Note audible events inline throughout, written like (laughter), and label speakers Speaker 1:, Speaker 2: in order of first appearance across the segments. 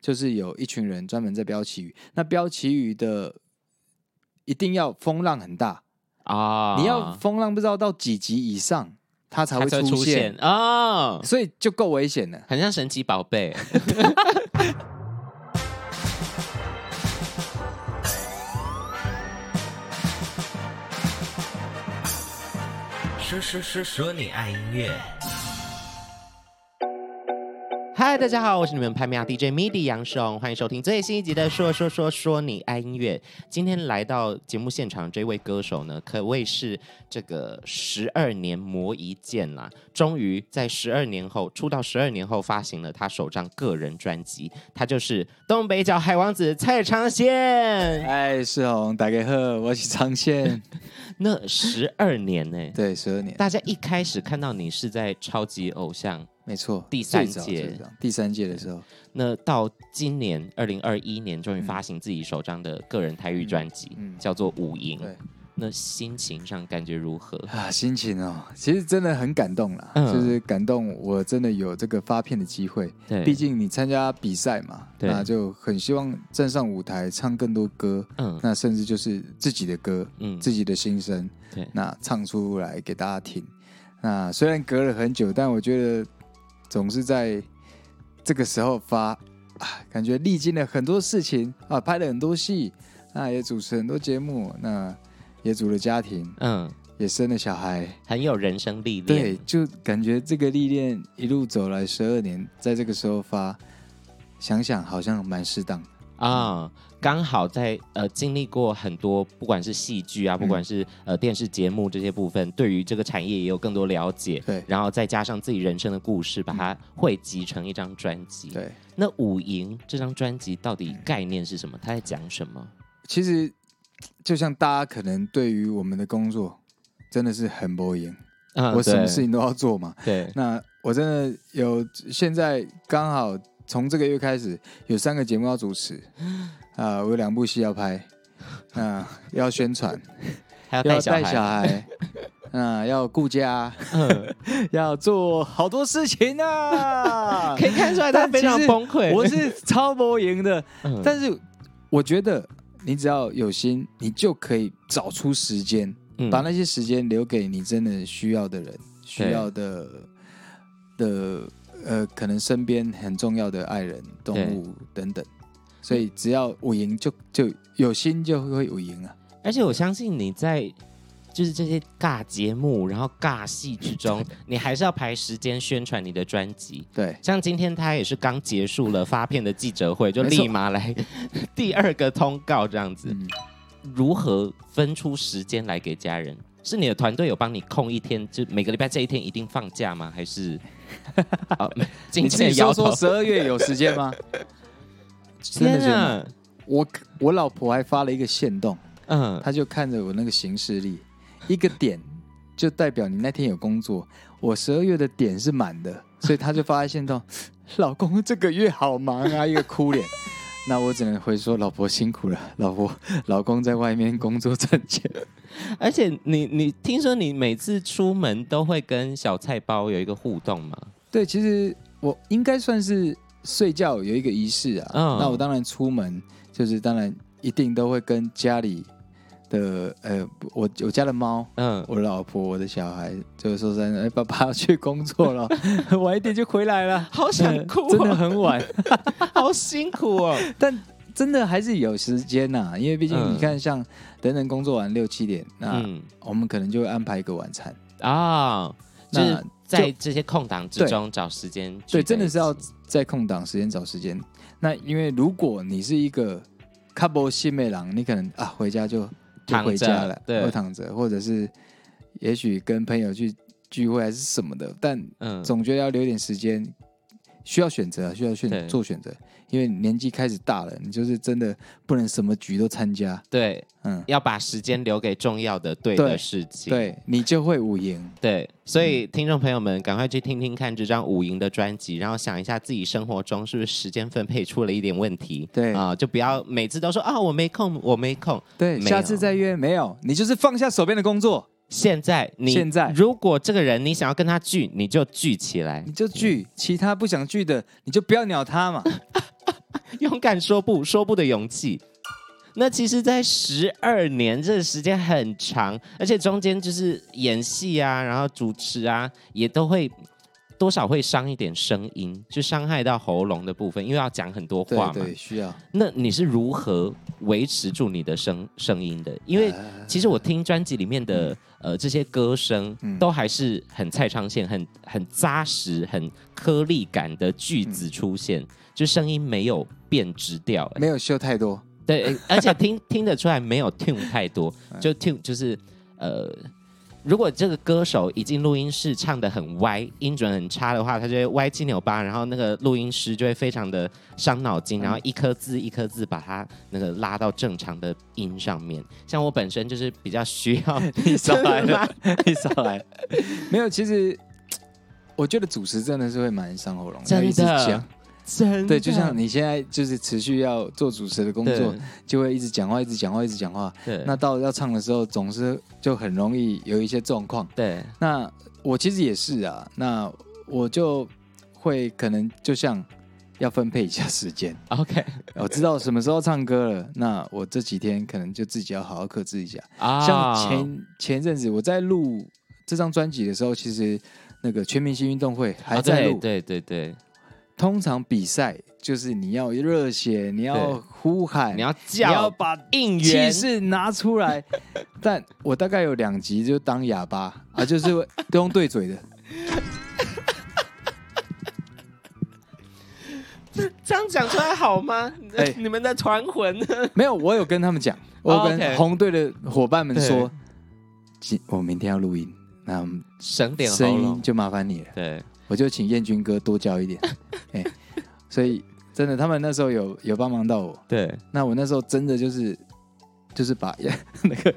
Speaker 1: 就是有一群人专门在标旗语。那标旗语的一定要风浪很大，
Speaker 2: 啊，
Speaker 1: 你要风浪不知道到几级以上，它才
Speaker 2: 它
Speaker 1: 会
Speaker 2: 才会
Speaker 1: 出
Speaker 2: 出现啊，
Speaker 1: 所以就够危险了。
Speaker 2: 很像神奇
Speaker 3: (laughs)
Speaker 2: 宝贝。
Speaker 3: 说说说说你爱音乐。
Speaker 2: 嗨，大家好，我是你们拍秒 DJ MIDI 杨爽，欢迎收听最新一集的《说说说说你爱音乐》。今天来到节目现场这位歌手呢，可谓是这个十二年磨一剑啦、终于在十二年后出道，十二年后发行了他首张个人专辑，他就是东北角海王子蔡长宪。
Speaker 1: 哎，世宏，打给贺，我是长
Speaker 2: (laughs)
Speaker 1: 线。
Speaker 2: 那十二年呢、 (laughs)
Speaker 1: 对，十二年，
Speaker 2: 大家一开始看到你是在超级偶像，
Speaker 1: 没错，
Speaker 2: 第三届
Speaker 1: 最早最早第三届的时候，
Speaker 2: 那到今年二零二一年，终于发行自己首张的个人台语专辑，
Speaker 1: 嗯嗯
Speaker 2: 叫做《五营》。
Speaker 1: 对
Speaker 2: 那心情上感觉
Speaker 1: (laughs)
Speaker 2: 如何？
Speaker 1: 啊，心情哦，其实真的很感动啦，
Speaker 2: 嗯
Speaker 1: 就是感动，我真的有这个发片的机会。
Speaker 2: 对，
Speaker 1: 毕竟你参加比赛嘛，
Speaker 2: 对
Speaker 1: 那就很希望站上舞台唱更多歌，
Speaker 2: 嗯
Speaker 1: 那甚至就是自己的歌，
Speaker 2: 嗯，
Speaker 1: 自己的心声，
Speaker 2: 对
Speaker 1: 那唱出来给大家听。那虽然隔了很久，但我觉得总是在这个时候发，啊，感觉历经了很多事情啊，拍了很多戏，那也主持很多节目，那也组了家庭，
Speaker 2: 嗯，
Speaker 1: 也生了小孩，
Speaker 2: 很有人生历
Speaker 1: 对
Speaker 2: 练。，
Speaker 1: 就感觉这个历练一路走来十二年，在这个时候发，想想好像蛮适当的。
Speaker 2: 啊，刚好在呃经历过很多，不管是戏剧
Speaker 1: 嗯
Speaker 2: 啊，不管是呃电视节目这些部分，对于这个产业也有更多了解。
Speaker 1: 对
Speaker 2: 然后再加上自己人生的故事，把它汇集成一张专辑。，
Speaker 1: 对，
Speaker 2: 那《五营》这张专辑到底概念是什么？它在讲什么？
Speaker 1: 其实就像大家可能对于我们的工作真的是很不赢，
Speaker 2: 嗯
Speaker 1: 我什么
Speaker 2: 对
Speaker 1: 事情都要做嘛。
Speaker 2: 对，
Speaker 1: 那我真的有，现在刚好从这个月开始有三个节目要主持，啊、我有两部戏要拍，那、要宣传，
Speaker 2: 还 (laughs) 要带
Speaker 1: 要
Speaker 2: 小
Speaker 1: 带
Speaker 2: 孩，
Speaker 1: 小
Speaker 2: (laughs)
Speaker 1: 孩，嗯、要顾家，嗯要做好多事情啊。
Speaker 2: (laughs) 可以看出来他
Speaker 1: 但
Speaker 2: 非常
Speaker 1: 其实
Speaker 2: 崩溃。
Speaker 1: 我是超博赢的，
Speaker 2: 嗯，
Speaker 1: 但是我觉得你只要有心，你就可以找出时间，
Speaker 2: 嗯
Speaker 1: 把那些时间留给你真的需要的人，需要的的呃，可能身边很重要的爱人、动物等等。所以只要我赢，就就有心就会有赢啊。
Speaker 2: 而且我相信你在就是这些尬节目，然后尬戏之中，你还是要排时间宣传你的专辑。
Speaker 1: 对，
Speaker 2: 像今天他也是刚结束了发片的记者会，就
Speaker 1: 没错
Speaker 2: 立马来 (laughs) 第二个通告这样子。
Speaker 1: 嗯，
Speaker 2: 如何分出时间来给家人？是你的团队有帮你空一天，就每个礼拜这一天一定放假吗？还
Speaker 1: (laughs)
Speaker 2: 是？啊，
Speaker 1: 你
Speaker 2: 今
Speaker 1: 自己
Speaker 2: 天
Speaker 1: 说
Speaker 2: 摇头
Speaker 1: 说，十二月有时间
Speaker 2: (laughs)
Speaker 1: 吗？真
Speaker 2: 天
Speaker 1: 的真的，
Speaker 2: 啊，
Speaker 1: 我我老婆还发了一个线动。
Speaker 2: 嗯，
Speaker 1: 他就看着我那个行事历，一个点就代表你那天有工作。我十二月的点是满的，所以他就发在线动，老公这个月好忙啊，一个哭脸。那我只能回说，老婆辛苦了，老婆老公在外面工作挣钱。 (laughs)
Speaker 2: 而且你你听说你每次出门都会跟小菜包有一个互动吗？
Speaker 1: 对，其实我应该算是睡觉有一个仪式啊。
Speaker 2: 嗯
Speaker 1: 那我当然出门就是当然一定都会跟家里的呃，我我家的猫
Speaker 2: 嗯，
Speaker 1: 我老婆、我的小孩就说声：“ (laughs) 哎，爸爸要去工作了， (laughs) 晚一点就回来了。
Speaker 2: 好想哭、 (laughs) 啊
Speaker 1: 真的很晚，
Speaker 2: 好辛苦哦。
Speaker 1: 但真的还是有时间呐、因为毕竟
Speaker 2: 嗯
Speaker 1: 你看，像等等工作完六七点，那
Speaker 2: 嗯
Speaker 1: 我们可能就会安排一个晚餐。
Speaker 2: 啊、就
Speaker 1: 那
Speaker 2: 是在这些空档之中找时间聚在
Speaker 1: 对，
Speaker 2: 一起，
Speaker 1: 真的是要在空档时间找时间。那因为如果你是一个 couple 新美郎，你可能啊回家就就
Speaker 2: 躺着
Speaker 1: 回家了，
Speaker 2: 对
Speaker 1: 或躺着，或者是也许跟朋友去聚会还是什么的，但
Speaker 2: 嗯
Speaker 1: 总觉得要留点时间，需要选择啊，需要
Speaker 2: 对
Speaker 1: 选做选择，因为年纪开始大了，你就是真的不能什么局都参加，
Speaker 2: 对，
Speaker 1: 嗯，
Speaker 2: 要把时间留给重要的对的
Speaker 1: 对
Speaker 2: 事情。
Speaker 1: 对你就会无赢。
Speaker 2: 对，所以听众朋友们，赶快去听听看这张五营的专辑，然后想一下自己生活中是不是时间分配出了一点问题。
Speaker 1: 对
Speaker 2: 啊、就不要每次都说啊我没空，我没空。
Speaker 1: 对，
Speaker 2: 没有
Speaker 1: 下次再约没有，你就是放下手边的工作，
Speaker 2: 现在你
Speaker 1: 现在
Speaker 2: 如果这个人你想要跟他聚，你就聚起来嗯 (laughs)
Speaker 1: 你，就聚，其他不想聚的你就不要鸟他嘛。
Speaker 2: 勇敢说不，说不的勇气。那其实，在十二年这个时间很长，而且中间就是演戏啊，然后主持啊，也都会多少会伤一点声音，就伤害到喉咙的部分，因为要讲很多话
Speaker 1: 对
Speaker 2: 嘛。
Speaker 1: 对，需要。
Speaker 2: 那你是如何维持住你的声声音的？因为
Speaker 1: 呃
Speaker 2: 其实我听专辑里面的、呃这些歌声，
Speaker 1: 嗯
Speaker 2: 都还是很蔡昌宪、很很扎实、很颗粒感的句子出现，就声音没有变质掉、欸
Speaker 1: 没有修太多，
Speaker 2: 对，欸而且听听得出来没有 tune 太多，就 tune 就是呃，如果这个歌手一进录音室唱的很歪，音准很差的话，他就会歪七扭八，然后那个录音师就会非常的伤脑筋，然后一颗字一颗字把它那个拉到正常的音上面。像我本身就是比较需要
Speaker 1: 你少来
Speaker 2: 真的
Speaker 1: 了
Speaker 2: 吗，
Speaker 1: 你少来了。没有，其实我觉得主持真的是会蛮伤喉咙，
Speaker 2: 真的
Speaker 1: 要一直讲。
Speaker 2: 真
Speaker 1: 对，就像你现在就是持续要做主持的工作，就会一直讲话，一直讲话，一直讲话。
Speaker 2: (laughs) 对
Speaker 1: 那到要唱的时候，总是就很容易有一些状况。
Speaker 2: 对
Speaker 1: 那我其实也是啊，那我就会可能就像要分配一下时
Speaker 2: (laughs)
Speaker 1: 间，
Speaker 2: OK
Speaker 1: 我知道什么时候唱歌了，那我这几天可能就自己要好好克制一下。
Speaker 2: 啊
Speaker 1: 像前前阵子我在录这张专辑的时候，其实那个全明星运动会还
Speaker 2: 啊
Speaker 1: 在
Speaker 2: 对
Speaker 1: 录。
Speaker 2: 对对对，
Speaker 1: 通常比赛就是你要热血，你要
Speaker 2: 对
Speaker 1: 呼喊，
Speaker 2: 你要
Speaker 1: 你要
Speaker 2: 叫
Speaker 1: 把
Speaker 2: 应
Speaker 1: 气
Speaker 2: 援
Speaker 1: 势拿出
Speaker 2: (laughs)
Speaker 1: 来。但我大概有两集就当哑巴啊，就是会都用对嘴
Speaker 2: (laughs)
Speaker 1: 的。
Speaker 2: 这样讲出来好 (laughs) 吗？
Speaker 1: 哎
Speaker 2: 你们的团魂呢？
Speaker 1: 没有，我有跟他们讲，我有
Speaker 2: 哦 OK
Speaker 1: 跟红队的伙伴们说
Speaker 2: 对，
Speaker 1: 今我明天要录音，那我们
Speaker 2: 省点喉
Speaker 1: 声音
Speaker 2: 咙，
Speaker 1: 就麻烦你了。
Speaker 2: 对，
Speaker 1: 我就请燕军哥多教一
Speaker 2: (laughs)
Speaker 1: 点。哎、所以真的，他们那时候有有帮忙到我。
Speaker 2: 对，
Speaker 1: 那我那时候真的就是就是把 (laughs) 那个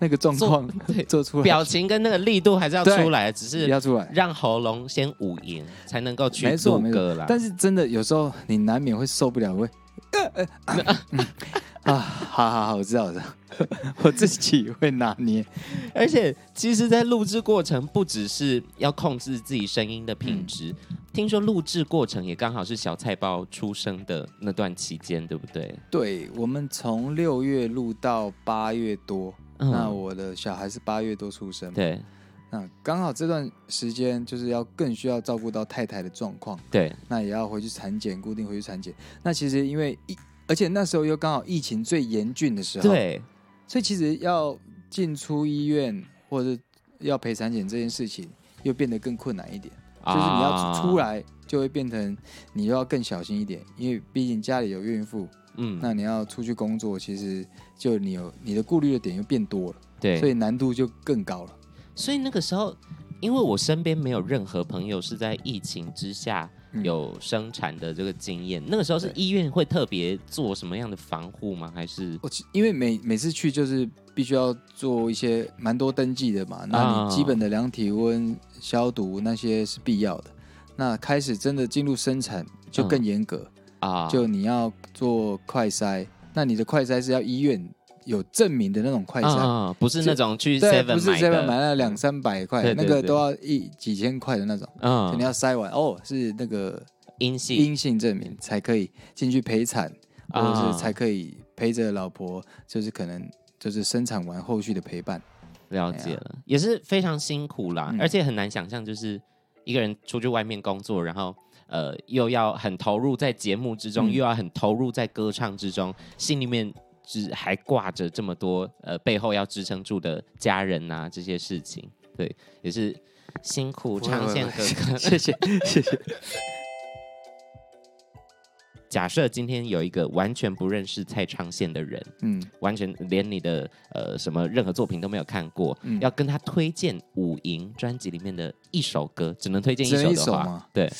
Speaker 1: 那个状况
Speaker 2: 做对
Speaker 1: 做出来，
Speaker 2: 表情跟那个力度还是要
Speaker 1: 对
Speaker 2: 出来，只是
Speaker 1: 要出来。
Speaker 2: 让喉咙先五音，才能够去
Speaker 1: 没错
Speaker 2: 录
Speaker 1: 没
Speaker 2: 歌
Speaker 1: 错
Speaker 2: 啦。，
Speaker 1: 但是真的有时候你难免会受不了，会呃呃啊、嗯啊，好好好，我知道，我 (laughs) 知道，我自己会拿捏，
Speaker 2: 而且其实，在录制过程不只是要控制自己声音的品质，
Speaker 1: 嗯
Speaker 2: 听说录制过程也刚好是小菜包出生的那段期间，对不对？
Speaker 1: 对我们从六月录到八月多，
Speaker 2: 嗯
Speaker 1: 那我的小孩是八月多出生，，
Speaker 2: 对
Speaker 1: 那刚好这段时间就是要更需要照顾到太太的状况，
Speaker 2: 对
Speaker 1: 那也要回去产检，固定回去产检。那其实因为疫，而且那时候又刚好疫情最严峻的时候，，
Speaker 2: 对，
Speaker 1: 所以其实要进出医院或者要陪产检这件事情又变得更困难一点，就是你要
Speaker 2: 啊
Speaker 1: 出，来就会变成你又要更小心一点，因为毕竟家里有孕妇，
Speaker 2: 嗯，
Speaker 1: 那你要出去工作，其实就你有你的顾虑的点又变多了，
Speaker 2: 对，
Speaker 1: 所以难度就更高了。
Speaker 2: 所以那个时候，因为我身边没有任何朋友是在疫情之下
Speaker 1: 嗯
Speaker 2: 有生产的这个经验，那个时候是
Speaker 1: 对
Speaker 2: 医院会特别做什么样的防护吗？还是
Speaker 1: 我其因为每每次去就是必须要做一些蛮多登记的嘛，
Speaker 2: 啊
Speaker 1: 那你基本的量体温、消毒那些是必要的。那开始真的进入生产就
Speaker 2: 嗯
Speaker 1: 更严格，
Speaker 2: 啊，
Speaker 1: 就你要做快筛，那你的快筛是要医院有证明的那种快
Speaker 2: 嗯
Speaker 1: 筛，
Speaker 2: 嗯不是那种去
Speaker 1: 对，
Speaker 2: seven
Speaker 1: 不是
Speaker 2: 买
Speaker 1: seven 买
Speaker 2: 的，
Speaker 1: 了两三百块
Speaker 2: 对，
Speaker 1: 那
Speaker 2: 对
Speaker 1: 个
Speaker 2: 对
Speaker 1: 都要一几千块的那种，所以你
Speaker 2: 嗯，
Speaker 1: 要筛完哦，是那个
Speaker 2: 阴性，
Speaker 1: 阴性证明才可以进去陪产，或
Speaker 2: 啊
Speaker 1: 者是才可以陪着老婆，就是可能就是生产完后续的陪伴。
Speaker 2: 了解了，啊也是非常辛苦啦，
Speaker 1: 嗯
Speaker 2: 而且很难想象，就是一个人出去外面工作，然后。呃，又要很投入在节目之中，
Speaker 1: 嗯
Speaker 2: 又要很投入在歌唱之中，心里面只还挂着这么多呃背后要支撑住的家人呐、这些事情，对，也是辛苦
Speaker 1: 不会不
Speaker 2: 长
Speaker 1: 会
Speaker 2: 线
Speaker 1: 不
Speaker 2: 哥
Speaker 1: 会 (laughs)
Speaker 2: 哥。
Speaker 1: 谢谢谢谢。
Speaker 2: (laughs) 假设今天有一个完全不认识蔡昌宪的人，
Speaker 1: 嗯，
Speaker 2: 完全连你的呃什么任何作品都没有看过，
Speaker 1: 嗯
Speaker 2: 要跟他推荐五营专辑里面的一首歌，只能推荐一
Speaker 1: 只能
Speaker 2: 首
Speaker 1: 一
Speaker 2: 的
Speaker 1: 首
Speaker 2: 话，
Speaker 1: 吗
Speaker 2: 对，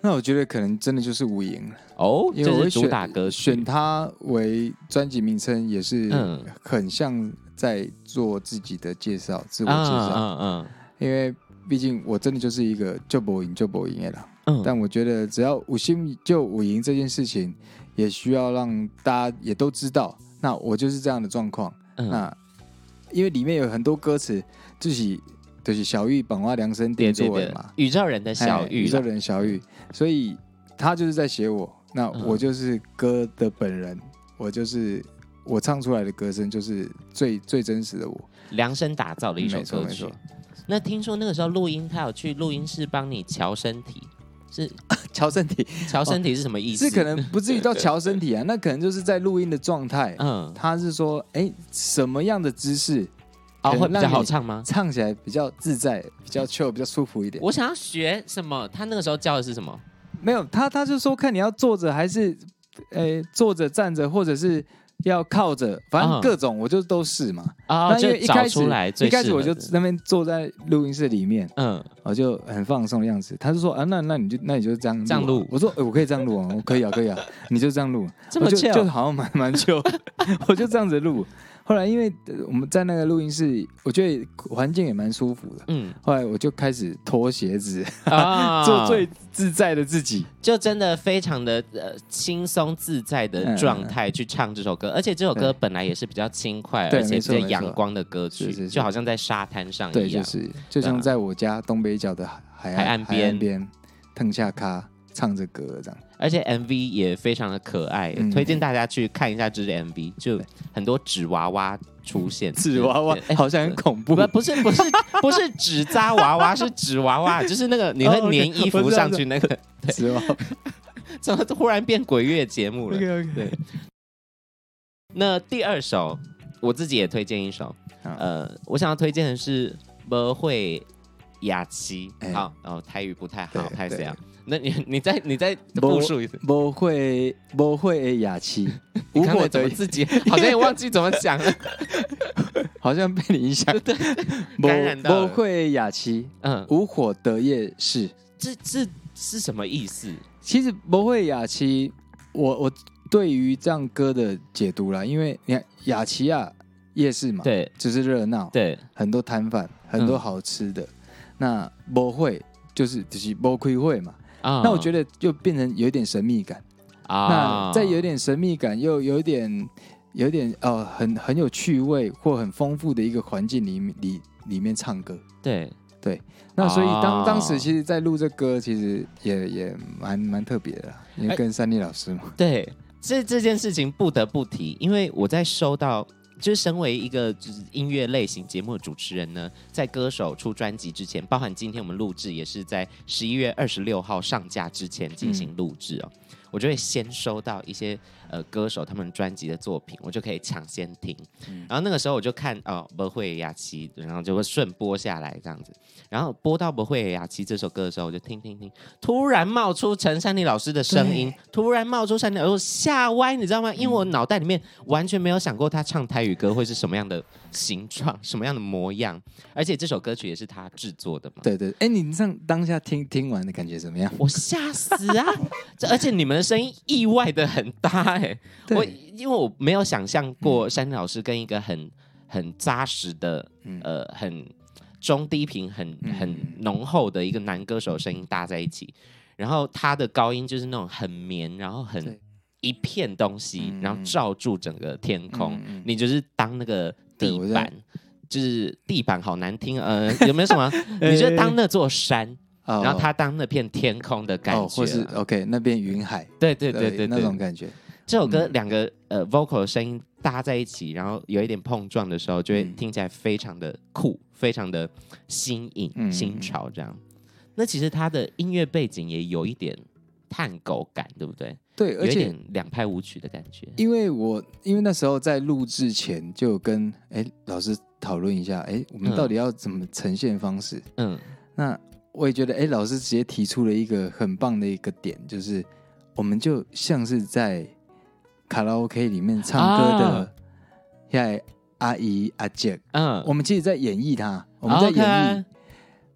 Speaker 1: 那我觉得可能真的就是无影了，
Speaker 2: 哦，
Speaker 1: 因为
Speaker 2: 这
Speaker 1: 我会
Speaker 2: 是
Speaker 1: 选
Speaker 2: 主打歌曲
Speaker 1: 选它为专辑名称也是
Speaker 2: 嗯
Speaker 1: 很像在做自己的介绍，自我
Speaker 2: 啊
Speaker 1: 介绍，
Speaker 2: 嗯
Speaker 1: 因为毕竟我真的就是一个就不赢就不赢的啦。
Speaker 2: 嗯嗯，
Speaker 1: 但我觉得只要五星就五赢这件事情，也需要让大家也都知道。那我就是这样的状况。
Speaker 2: 嗯
Speaker 1: 那因为里面有很多歌词，就是就是小玉本花量身
Speaker 2: 对
Speaker 1: 定
Speaker 2: 对
Speaker 1: 做的
Speaker 2: 对
Speaker 1: 嘛，，
Speaker 2: 宇宙人的
Speaker 1: 哎
Speaker 2: 小玉啊
Speaker 1: 宇宙
Speaker 2: 啦，
Speaker 1: 人小玉，所以他就是在写我。那
Speaker 2: 嗯
Speaker 1: 我就是歌的本人，我就是我唱出来的歌声就是最最真实的我。
Speaker 2: 量身打造的一首
Speaker 1: 没错
Speaker 2: 歌
Speaker 1: 没
Speaker 2: 曲 (laughs)
Speaker 1: 错。，
Speaker 2: 那听说那个时候录音，他有去录音室帮你瞧身
Speaker 1: (laughs)
Speaker 2: 体，是
Speaker 1: 乔身体
Speaker 2: 瞧身体是什么意思？
Speaker 1: 哦是可能不至于
Speaker 2: (laughs)
Speaker 1: 到乔身体啊，那可能就是在录音的状态。
Speaker 2: 嗯，
Speaker 1: 他是说，哎、什么样的姿势
Speaker 2: 哦
Speaker 1: 可能
Speaker 2: 会比较
Speaker 1: 让
Speaker 2: 好
Speaker 1: 你
Speaker 2: 唱吗？
Speaker 1: 唱起来比较自在、比较 chill、比较舒服一点？
Speaker 2: 我想要学什么？他那个时候教的是什么？
Speaker 1: 没有，他他就说看你要坐着还是，呃，坐着、站着，或者是要靠着，反正
Speaker 2: 嗯
Speaker 1: 各种我就都试嘛。
Speaker 2: 哦，
Speaker 1: 那因
Speaker 2: 就
Speaker 1: 为一
Speaker 2: 找
Speaker 1: 开始
Speaker 2: 出来最
Speaker 1: 一开始
Speaker 2: 适
Speaker 1: 我
Speaker 2: 合
Speaker 1: 就
Speaker 2: 的
Speaker 1: 那边坐在录音室里面，
Speaker 2: 嗯，
Speaker 1: 我就很放松的样子。他就说啊，那那你就那你就这样
Speaker 2: 这样
Speaker 1: 啊
Speaker 2: 录
Speaker 1: 我说、呃我可以这样录啊，我可以啊，可以
Speaker 2: (laughs)
Speaker 1: 啊，你就这样录。
Speaker 2: 这
Speaker 1: 我
Speaker 2: 么
Speaker 1: 就
Speaker 2: 巧
Speaker 1: 就好像蛮蛮久， (laughs) 我就这样子录。后来因为呃我们在那个录音室，我觉得环境也蛮舒服的。
Speaker 2: (laughs) 嗯
Speaker 1: 后来我就开始脱鞋子，
Speaker 2: 啊
Speaker 1: 做最自在的自己。
Speaker 2: 就真的非常的呃轻松自在的状态去唱这首歌，而且这首歌
Speaker 1: 嗯对
Speaker 2: 本来也是比较轻快，
Speaker 1: 对
Speaker 2: 而且
Speaker 1: 没
Speaker 2: 比
Speaker 1: 错
Speaker 2: 较
Speaker 1: 没错
Speaker 2: 阳光的歌曲，
Speaker 1: 是是是
Speaker 2: 就好像在沙滩上
Speaker 1: 对，
Speaker 2: 一
Speaker 1: 就
Speaker 2: 样。
Speaker 1: 是就像在我家东北角的海
Speaker 2: 海
Speaker 1: 海
Speaker 2: 岸
Speaker 1: 岸
Speaker 2: 边
Speaker 1: 边，腾下咖唱着歌
Speaker 2: (laughs)
Speaker 1: 这样。
Speaker 2: 而且 MV 也非常的可爱，
Speaker 1: 嗯
Speaker 2: 推荐大家去看一下这支 MV，就很多纸娃娃出现，
Speaker 1: 纸娃娃
Speaker 2: 对哎
Speaker 1: 好像很恐怖
Speaker 2: 不，不是不是不是纸扎娃娃，是纸娃娃，就是那个你
Speaker 1: 哦
Speaker 2: 会
Speaker 1: ，OK，
Speaker 2: 粘衣
Speaker 1: 我
Speaker 2: 服
Speaker 1: 知道
Speaker 2: 上去那个，
Speaker 1: 纸娃娃。
Speaker 2: 怎么忽然变鬼月节目了？
Speaker 1: OK OK，
Speaker 2: 对。那第二首，我自己也推荐一首，
Speaker 1: 好
Speaker 2: 呃，我想要推荐的是不会雅琪，
Speaker 1: 哎
Speaker 2: 好，哦，台语不太好，
Speaker 1: 对
Speaker 2: 拍这
Speaker 1: 对
Speaker 2: 样。那你你再你再
Speaker 1: 不
Speaker 2: 复述一次，
Speaker 1: 不会不会雅
Speaker 2: (laughs)
Speaker 1: 琪，
Speaker 2: 你
Speaker 1: 无
Speaker 2: 刚才
Speaker 1: 我
Speaker 2: 怎么
Speaker 1: 的
Speaker 2: 自己好像也忘记怎么
Speaker 1: (laughs)
Speaker 2: 讲了。
Speaker 1: 好像被你影
Speaker 2: (laughs)
Speaker 1: 响，对，
Speaker 2: 感染到了
Speaker 1: 不会雅琪，
Speaker 2: 嗯，
Speaker 1: 无火的夜市。
Speaker 2: 这这是什么意思？
Speaker 1: 其实不会雅琪，我我对于这样歌的解读啦，因为你看雅琪亚夜市嘛，，
Speaker 2: 对
Speaker 1: 就是热闹，
Speaker 2: 对，
Speaker 1: 很多摊贩，
Speaker 2: 嗯
Speaker 1: 很多好吃的。那不会就是就是不亏会嘛，
Speaker 2: 啊
Speaker 1: 那我觉
Speaker 2: 得
Speaker 1: 得就变成有一点神秘感，
Speaker 2: 啊
Speaker 1: 那再有点神秘感，又有一点有一点呃很很有趣味或很丰富的一个环境里面里里面唱歌。
Speaker 2: 对，
Speaker 1: 那所以当、
Speaker 2: 哦
Speaker 1: 当时其实，在录这歌，其实也也蛮蛮特别的啦，
Speaker 2: 哎
Speaker 1: 因为跟三立老师嘛，
Speaker 2: 对，这这件事情不得不提，因为我在收到，就是身为一个就是音乐类型节目的主持人呢，在歌手出专辑之前，包含今天我们录制也是在十一月二十六号上架之前进行录制哦。我就会先收到一些呃歌手他们专辑的作品，我就可以抢先听。然后那个时候我就看哦，不会雅琪，然后就会顺播下来这样子。然后播到不会雅琪这首歌的时候，我就听听听，突然冒出陈珊妮老师的声音，突然冒出珊妮老师我吓歪，你知道吗？因为我脑袋里面完全没有想过她唱台语歌会是什么样的形状，什么样的模样，而且这首歌曲也是她制作的嘛。
Speaker 1: 对对，哎，你这样当下听听完的感觉怎么样？
Speaker 2: 我吓死啊！ (laughs) 这而且你们的声音意外的很搭哎、
Speaker 1: 对
Speaker 2: 我因为我没有想象过珊妮老师跟一个很很扎实的、
Speaker 1: 嗯
Speaker 2: 呃很中低频很
Speaker 1: 嗯
Speaker 2: 很浓厚的一个男歌手声音搭在一起，然后他的高音就是那种很绵，然后很
Speaker 1: 对
Speaker 2: 一片东西，
Speaker 1: 嗯
Speaker 2: 然后罩住整个天空，
Speaker 1: 嗯嗯
Speaker 2: 你就是当那个
Speaker 1: 对
Speaker 2: 地
Speaker 1: 我在
Speaker 2: 板。就是地板好难听，呃，有没有
Speaker 1: (laughs)
Speaker 2: 什么？你就当那座山，
Speaker 1: 哎哦
Speaker 2: 然后他当那片天空的感觉，啊
Speaker 1: 哦，或是 OK 那边云海，
Speaker 2: 对对对对
Speaker 1: 那
Speaker 2: 对
Speaker 1: 种感觉，
Speaker 2: 这首
Speaker 1: 嗯
Speaker 2: 歌两个、呃 vocal 的声音搭在一起，然后有一点碰撞的时候，就会
Speaker 1: 嗯
Speaker 2: 听起来非常的酷，非常的新颖、
Speaker 1: 嗯
Speaker 2: 新潮这样。那其实他的音乐背景也有一点探狗感，对不对？
Speaker 1: 对，
Speaker 2: 有
Speaker 1: 而
Speaker 2: 一
Speaker 1: 且
Speaker 2: 点两派舞曲的感觉。
Speaker 1: 因为我因为那时候在录制前就有跟哎老师讨论一下，哎，我们
Speaker 2: 嗯
Speaker 1: 到底要怎么呈现方式？
Speaker 2: 嗯，
Speaker 1: 那我也觉得，哎，老师直接提出了一个很棒的一个点，就是我们就像是在卡拉 OK 里面唱歌
Speaker 2: 啊
Speaker 1: 的，像阿姨阿姐，
Speaker 2: 嗯，啊
Speaker 1: 我们其实在演绎它，我们在演绎
Speaker 2: OK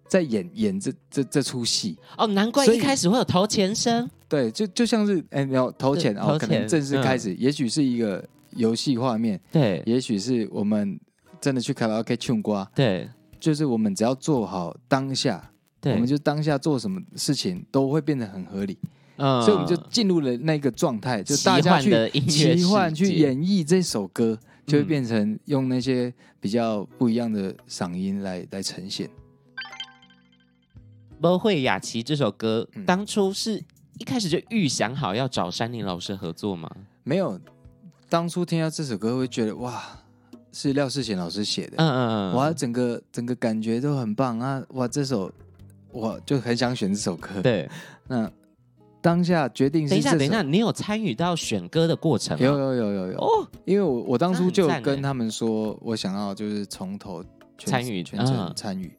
Speaker 1: 在演演这这这出戏。
Speaker 2: 哦，难怪
Speaker 1: 所以
Speaker 2: 一开始会有头前声，
Speaker 1: 对，就就像是哎，没有投钱
Speaker 2: 对
Speaker 1: 哦，
Speaker 2: 投
Speaker 1: 可
Speaker 2: 钱嗯
Speaker 1: 能正式开始，也许是一个游戏画面，
Speaker 2: 对
Speaker 1: 也许是我们真的去卡拉 OK 唱歌，
Speaker 2: 对
Speaker 1: 就是我们只要做好当下，我
Speaker 2: 对，
Speaker 1: 们就当下做什么事情都会变得很合理。
Speaker 2: 嗯
Speaker 1: 所以我们就进入了那个状态，就
Speaker 2: 奇
Speaker 1: 大家
Speaker 2: 幻
Speaker 1: 去
Speaker 2: 的音乐
Speaker 1: 奇幻
Speaker 2: 世
Speaker 1: 去
Speaker 2: 界嗯
Speaker 1: 演绎这首歌，就会变成用那些比较不一样的嗓音来来呈现。
Speaker 2: 《不会雅琪》这首歌，
Speaker 1: 嗯
Speaker 2: 当初是一开始就预想好要找山林老师合作吗？
Speaker 1: 没有，当初听到这首歌会觉得哇，是廖世贤老师写的，
Speaker 2: 嗯嗯嗯，
Speaker 1: 哇，整个整个感觉都很棒啊！哇，这首我就很想选这首歌。，
Speaker 2: 对，
Speaker 1: 那当下决定
Speaker 2: 等
Speaker 1: 是
Speaker 2: 一
Speaker 1: 这
Speaker 2: 下
Speaker 1: 首。
Speaker 2: 等一下，你有参与到选歌的过程、啊？
Speaker 1: 有有有有有，
Speaker 2: 哦，
Speaker 1: 因为我我当初就
Speaker 2: 那很赞
Speaker 1: 跟
Speaker 2: 欸
Speaker 1: 他们说，我想要就是从头全
Speaker 2: 参与
Speaker 1: 全程
Speaker 2: 嗯
Speaker 1: 参与。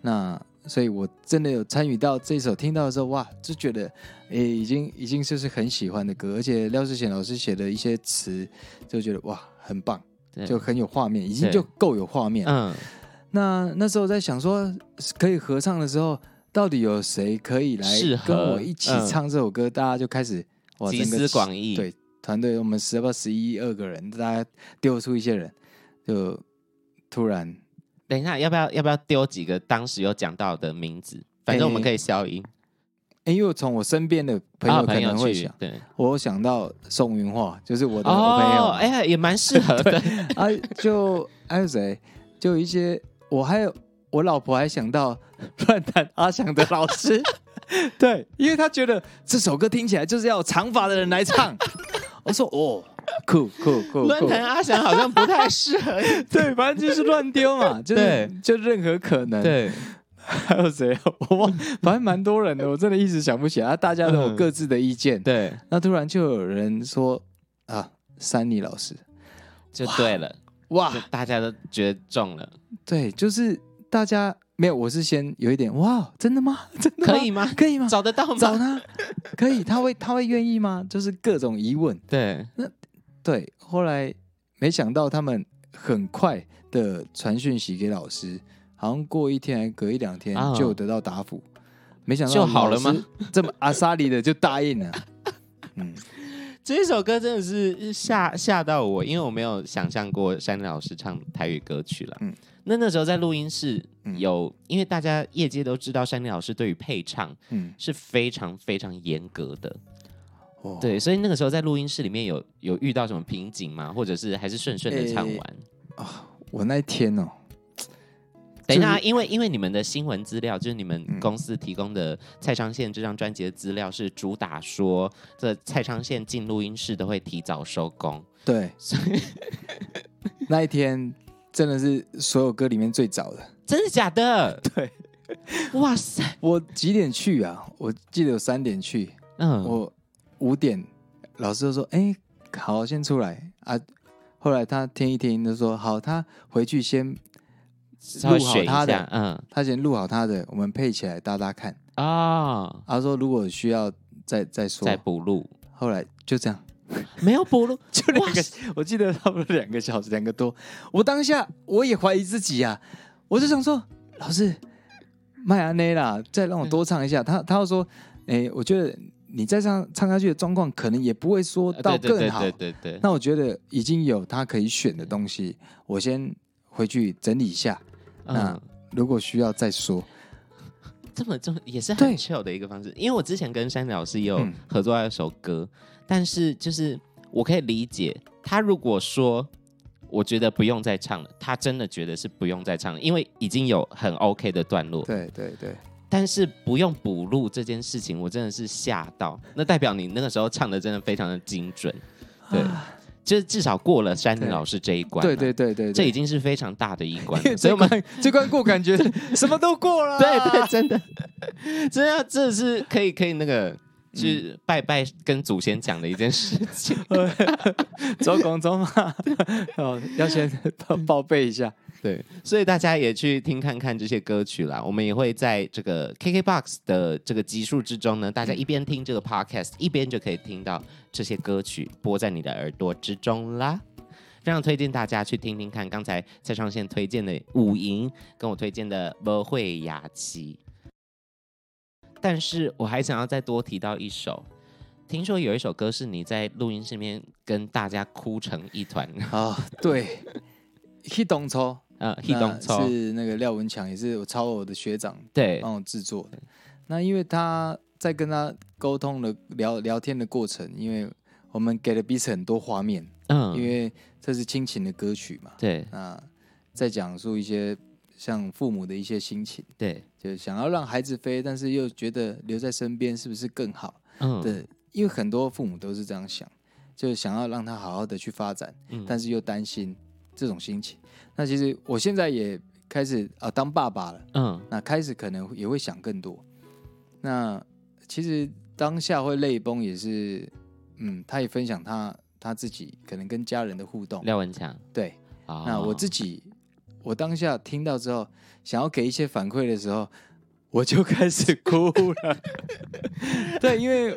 Speaker 1: 那所以，我真的有参与到这首，听到的时候，哇，就觉得，诶、已经已经就是很喜欢的歌，而且廖世贤老师写的一些词，就觉得哇，很棒，
Speaker 2: 对
Speaker 1: 就很有画面，已经
Speaker 2: 对
Speaker 1: 就够有画面了。
Speaker 2: 嗯，
Speaker 1: 那那时候在想说，可以合唱的时候，到底有谁可以来
Speaker 2: 适合嗯
Speaker 1: 跟我一起唱这首歌？大家就开始哇，
Speaker 2: 集
Speaker 1: 整个
Speaker 2: 思广益，
Speaker 1: 对团队，我们十八、十一、二个人，大家丢出一些人，就突然
Speaker 2: 等一下，要不要要不要丢几个当时有讲到的名字？反正我们
Speaker 1: 诶
Speaker 2: 可以消音，
Speaker 1: 诶因为从我身边的朋
Speaker 2: 啊
Speaker 1: 友可能会
Speaker 2: 去
Speaker 1: 想，
Speaker 2: 对，
Speaker 1: 我想到宋云桦，就是我的我朋友
Speaker 2: 哦，
Speaker 1: 嘛，
Speaker 2: 哎、呀，也蛮适合的，
Speaker 1: 啊，就还有谁，就一些我还有我老婆还想到乱弹阿翔的老师， (laughs) 对，因为她觉得这首歌听起来就是要有长发的人来唱。 (laughs) 我说哦，酷酷酷
Speaker 2: 论
Speaker 1: 酷，
Speaker 2: 坛阿翔好像不太适合，
Speaker 1: 对，反正就是乱丢嘛，就是
Speaker 2: (laughs) 对
Speaker 1: 就任何可能。，
Speaker 2: 对，
Speaker 1: 还有谁啊？我忘，反正蛮多人的，我真的一时想不起来。啊大家都有
Speaker 2: 嗯
Speaker 1: 各自的意见，
Speaker 2: 对，
Speaker 1: 那突然就有人说啊，山里老师，
Speaker 2: 就对了，
Speaker 1: 哇
Speaker 2: 就，大家都觉得中了，
Speaker 1: 对，就是大家没有，我是先有一点哇，真的吗？ (laughs) 真的
Speaker 2: 可以吗？
Speaker 1: 可以吗？
Speaker 2: 找得到吗？
Speaker 1: 找他，可以，他会他会愿意吗？就是各种疑问。
Speaker 2: 对，
Speaker 1: 对，后来没想到他们很快的传讯息给老师，好像过一天还隔一两天
Speaker 2: 啊
Speaker 1: 就有得到答复。没想到
Speaker 2: 就好了吗
Speaker 1: 老师 (laughs) 这么阿莎里的就答应了。嗯，
Speaker 2: 这首歌真的是吓吓到我，因为我没有想象过山林老师唱台语歌曲了。
Speaker 1: 嗯
Speaker 2: 嗯，那那时候在录音室
Speaker 1: 嗯
Speaker 2: 有，因为大家业界都知道山林老师对于配唱
Speaker 1: 嗯，
Speaker 2: 是非常非常严格的，
Speaker 1: 哦，
Speaker 2: 对，所以那个时候在录音室里面有有遇到什么瓶颈吗？或者是还是顺顺的唱完？
Speaker 1: 我那一天哦，
Speaker 2: 等一下啊，
Speaker 1: 就
Speaker 2: 因为因为你们的新闻资料，就是你们
Speaker 1: 嗯
Speaker 2: 公司提供的蔡昌宪这张专辑的资料，是主打说这蔡昌宪进录音室都会提早收工。 (laughs)
Speaker 1: 对，那一天真的是所有歌里面最早的。
Speaker 2: 真的假的？
Speaker 1: (laughs) 对，
Speaker 2: 哇塞，
Speaker 1: 我几点去啊？我记得有三点去，
Speaker 2: 嗯，
Speaker 1: 我五点，老师就说：“哎、好，先出来啊。”后来他听一听，就说：“好，他回去先，
Speaker 2: 稍微
Speaker 1: 录好
Speaker 2: 选一
Speaker 1: 他的
Speaker 2: 下，嗯
Speaker 1: 他先录好他的，我们配起来搭搭看。
Speaker 2: 啊，”
Speaker 1: 他说：“如果需要再再说。
Speaker 2: 再补录，”
Speaker 1: 后来就这样，
Speaker 2: 没有补录，
Speaker 1: (laughs) 就两个，我记得差不多两个小时，两个多。我当下我也怀疑自己啊，我就想说，老师，麦阿内啦，再让我
Speaker 2: 嗯
Speaker 1: 多唱一下。他他又说：“哎、我觉得你再唱唱下去的状况，可能也不会说
Speaker 2: 呃
Speaker 1: 到
Speaker 2: 对
Speaker 1: 更
Speaker 2: 对
Speaker 1: 好。
Speaker 2: 对对对对，
Speaker 1: 那我觉得已经有他可以选的东西，我先回去整理一下，那
Speaker 2: 嗯。
Speaker 1: 如果需要再说。
Speaker 2: 这么重也是
Speaker 1: 对
Speaker 2: 很 chill 的一个方式，因为我之前跟山里老师也有
Speaker 1: 嗯
Speaker 2: 合作到一首歌，但是就是我可以理解他如果说我觉得不用再唱了，他真的觉得是不用再唱了，因为已经有很 OK 的段落，
Speaker 1: 对对对，
Speaker 2: 但是不用补录这件事情，我真的是吓到，那代表你那个时候唱的真的非常的精准，对，就是至少过了山里老师这一关，
Speaker 1: 啊对对，对对，
Speaker 2: 这
Speaker 1: (laughs)
Speaker 2: 已经是非常大的一关
Speaker 1: 因
Speaker 2: 了，
Speaker 1: 为 (laughs)
Speaker 2: 所以
Speaker 1: 这
Speaker 2: 我们
Speaker 1: 关这关过，感觉什么都过了。啊
Speaker 2: 对对，真的， (laughs) 真的，这是可以可以那个，就是
Speaker 1: 嗯
Speaker 2: 拜拜跟祖先讲的一件事情。
Speaker 1: (laughs) 周公周嘛，哦，要先 (laughs) 报报备一下。
Speaker 2: 对，所以大家也去听看看这些歌曲啦。我们也会在这个 KKBOX 的这个集数之中呢，大家一边听这个 podcast，一边就可以听到这些歌曲播在你的耳朵之中啦。非常推荐大家去听听看，刚才蔡尚宪推荐的五营，跟我推荐的不会雅琪。但是我还想要再多提到一首，听说有一首歌是你在录音室里面跟大家哭成一团，
Speaker 1: 啊，对，一懂抽，
Speaker 2: 呃，一
Speaker 1: 那
Speaker 2: 动抽，
Speaker 1: 是哦那个廖文强，也是我超我的学长
Speaker 2: 对，
Speaker 1: 帮我制作的。那因为他在跟他沟通的聊聊天的过程，因为我们给了彼此很多画面，
Speaker 2: 嗯，
Speaker 1: 因为这是亲情的歌曲嘛，
Speaker 2: 对
Speaker 1: 那在讲述一些像父母的一些心情，
Speaker 2: 对，
Speaker 1: 就是想要让孩子飞，但是又觉得留在身边是不是更好？
Speaker 2: 嗯，
Speaker 1: 对，因为很多父母都是这样想，就是想要让他好好的去发展，
Speaker 2: 嗯
Speaker 1: 但是又担心这种心情。那其实我现在也开始啊、当爸爸了，
Speaker 2: 嗯
Speaker 1: 那开始可能也会想更多。那其实当下会泪崩也是，嗯，他也分享他他自己可能跟家人的互动，
Speaker 2: 廖文强
Speaker 1: 对。
Speaker 2: 啊
Speaker 1: 那我自
Speaker 2: 己
Speaker 1: 己，我当下听到之后，想要给一些反馈的时候，我就开始 (laughs) 哭了。对，因 (laughs) 为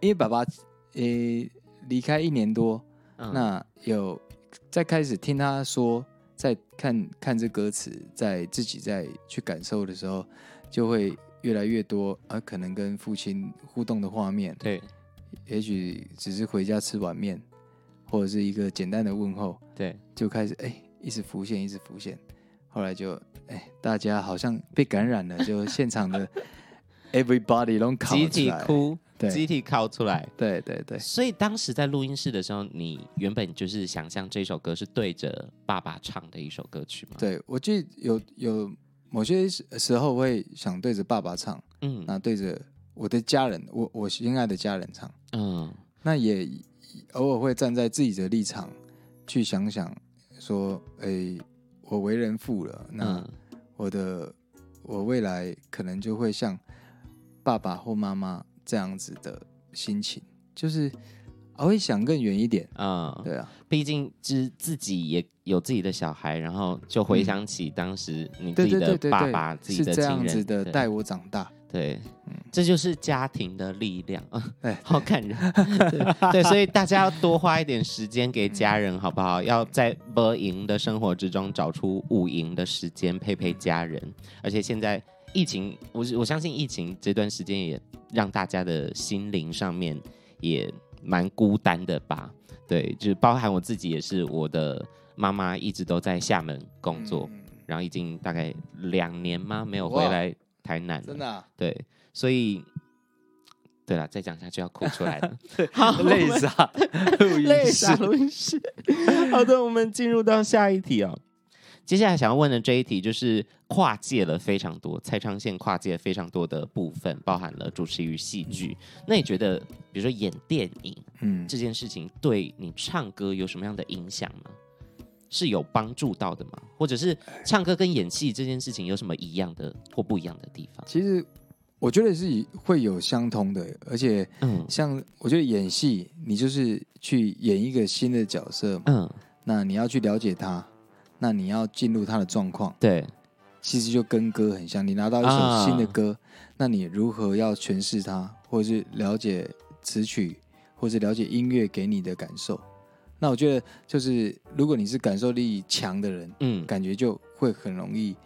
Speaker 1: 因为爸爸呃离开一年多，
Speaker 2: 嗯
Speaker 1: 那有再开始听他说，在看看这歌词，在自己在去感受的时候，就会越来越多呃，可能跟父亲互动的画面，
Speaker 2: 对
Speaker 1: 也许只是回家吃碗面，或者是一个简单的问候。
Speaker 2: 对
Speaker 1: 就开始哎、一直浮现，一直浮现。后来就哎、大家好像被感染了，就现场的 (laughs) everybody 都烤
Speaker 2: 集
Speaker 1: 起
Speaker 2: 体
Speaker 1: 来，
Speaker 2: 哭，
Speaker 1: 对
Speaker 2: 集体靠出来。
Speaker 1: 对对对，
Speaker 2: 所以当时在录音室的时候，你原本就是想象这首歌是对着爸爸唱的一首歌曲吗？，
Speaker 1: 对我记得有有某些时时候会想对着爸爸唱，
Speaker 2: 嗯
Speaker 1: 那对着我的家人，我我心爱的家人唱，
Speaker 2: 嗯
Speaker 1: 那也偶尔会站在自己的立场去想想说，哎、我为人父了，那。
Speaker 2: 嗯
Speaker 1: 我的我未来可能就会像爸爸或妈妈这样子的心情，就是我会想更远一点。
Speaker 2: 嗯，
Speaker 1: 对啊，
Speaker 2: 毕竟就是自己也有自己的小孩，然后就回想起当时你自
Speaker 1: 嗯对
Speaker 2: 己
Speaker 1: 对
Speaker 2: 的
Speaker 1: 对对
Speaker 2: 爸爸、
Speaker 1: 对，
Speaker 2: 自己
Speaker 1: 是
Speaker 2: 的
Speaker 1: 这
Speaker 2: 亲人
Speaker 1: 样子的
Speaker 2: 对
Speaker 1: 带我长大。
Speaker 2: 对，
Speaker 1: 嗯
Speaker 2: 这就是家庭的力
Speaker 1: (laughs)
Speaker 2: 量啊，
Speaker 1: 哎
Speaker 2: 好感人。对对，所以大家要多花一点时间给家人，好不好？要在不赢的生活之中找出五赢的时间，陪陪家人。而且现在疫情，我我相信疫情这段时间也让大家的心灵上面也蛮孤单的吧？对，就是包含我自己也是，我的妈妈一直都在厦门工作，
Speaker 1: 嗯
Speaker 2: 然后已经大概两年吗没有
Speaker 1: 哇
Speaker 2: 回来台南了，
Speaker 1: 真的啊、
Speaker 2: 对，所以，对了，再讲下去要哭出来 (laughs) 了，
Speaker 1: 累傻，录音
Speaker 2: (laughs) 累
Speaker 1: 室
Speaker 2: 傻录音室。 (laughs) 好的，我们进入到下一题哦。接下来想要问的这一题就是跨界了非常多，蔡昌宪跨界非常多的部分，包含了主持与戏剧。那你觉得，比如说演电影
Speaker 1: 嗯，
Speaker 2: 这件事情，对你唱歌有什么样的影响吗？是有帮助到的吗？或者是唱歌跟演戏这件事情有什么一样的或不一样的地方？
Speaker 1: 其实我觉得是会有相通的，而且
Speaker 2: 嗯
Speaker 1: 像我觉得演戏，你就是去演一个新的角色嘛，
Speaker 2: 嗯，
Speaker 1: 那你要去了解他，那你要进入他的状况。
Speaker 2: 对，
Speaker 1: 其实就跟歌很像。你拿到一首
Speaker 2: 啊
Speaker 1: 新的歌，那你如何要诠释它，或者是了解词曲，或者了解音乐给你的感受？那我觉得就是，如果你是感受力强的人，
Speaker 2: 嗯，
Speaker 1: 感觉就会很容易，